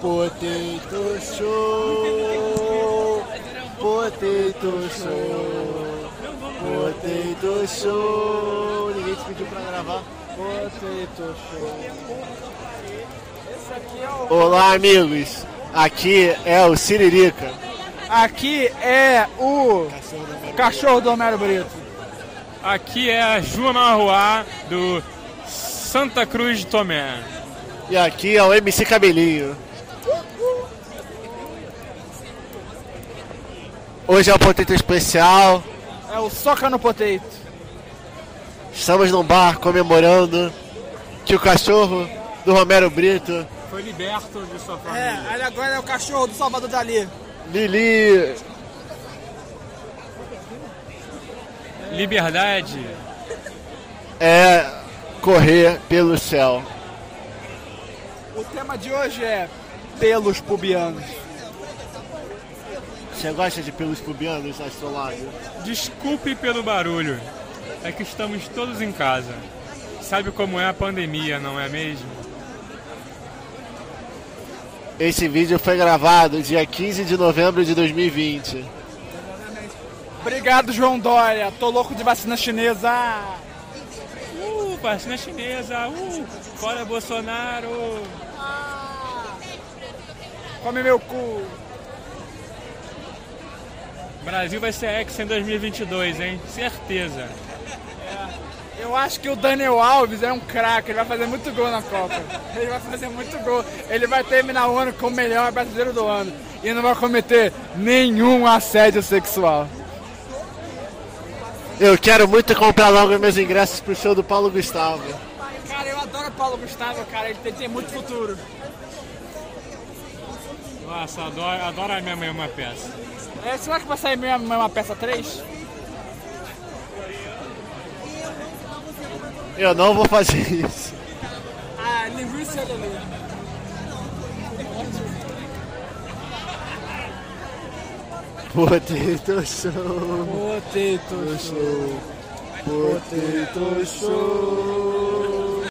Potato Show. Potato Show. Potato Show. Ninguém te pediu pra gravar. Potato Show. Olá, amigos. Aqui é o Siririca. Aqui é o cachorro do Homero Brito. Aqui é a Joana Arruá do Santa Cruz de Tomé. E aqui é o MC Cabelinho. Hoje é o Potato Especial. É o soca no potato. Estamos num bar comemorando que o cachorro do Romero Brito, Foi liberto de sua É, família. ele agora é o cachorro do Salvador Dali. Lili, Liberdade. é correr pelo céu. O tema de hoje é pelos pubianos. Você gosta de pelos pubianos, astrolado? Desculpe pelo barulho. É que estamos todos em casa. Sabe como é a pandemia, não é mesmo? Esse vídeo foi gravado dia 15 de novembro de 2020. Obrigado, João Dória. Tô louco de vacina chinesa. Ah, Uh, vacina chinesa. Uh, fora Bolsonaro. Come meu cu. Brasil vai ser ex em 2022, hein? Certeza. Eu acho que o Daniel Alves é um craque, ele vai fazer muito gol na Copa. Ele vai fazer muito gol. Ele vai terminar o ano como o melhor brasileiro do ano. E não vai cometer nenhum assédio sexual. Eu quero muito comprar logo meus ingressos pro show do Paulo Gustavo. Cara, eu adoro Paulo Gustavo, cara. Ele tem, muito futuro. Nossa, adoro, adoro a minha mãe uma peça. É, será que vai sair mesmo uma peça 3? Eu não vou fazer isso. Ah, linguiça ali. Potato Show. Potato. Potato Show.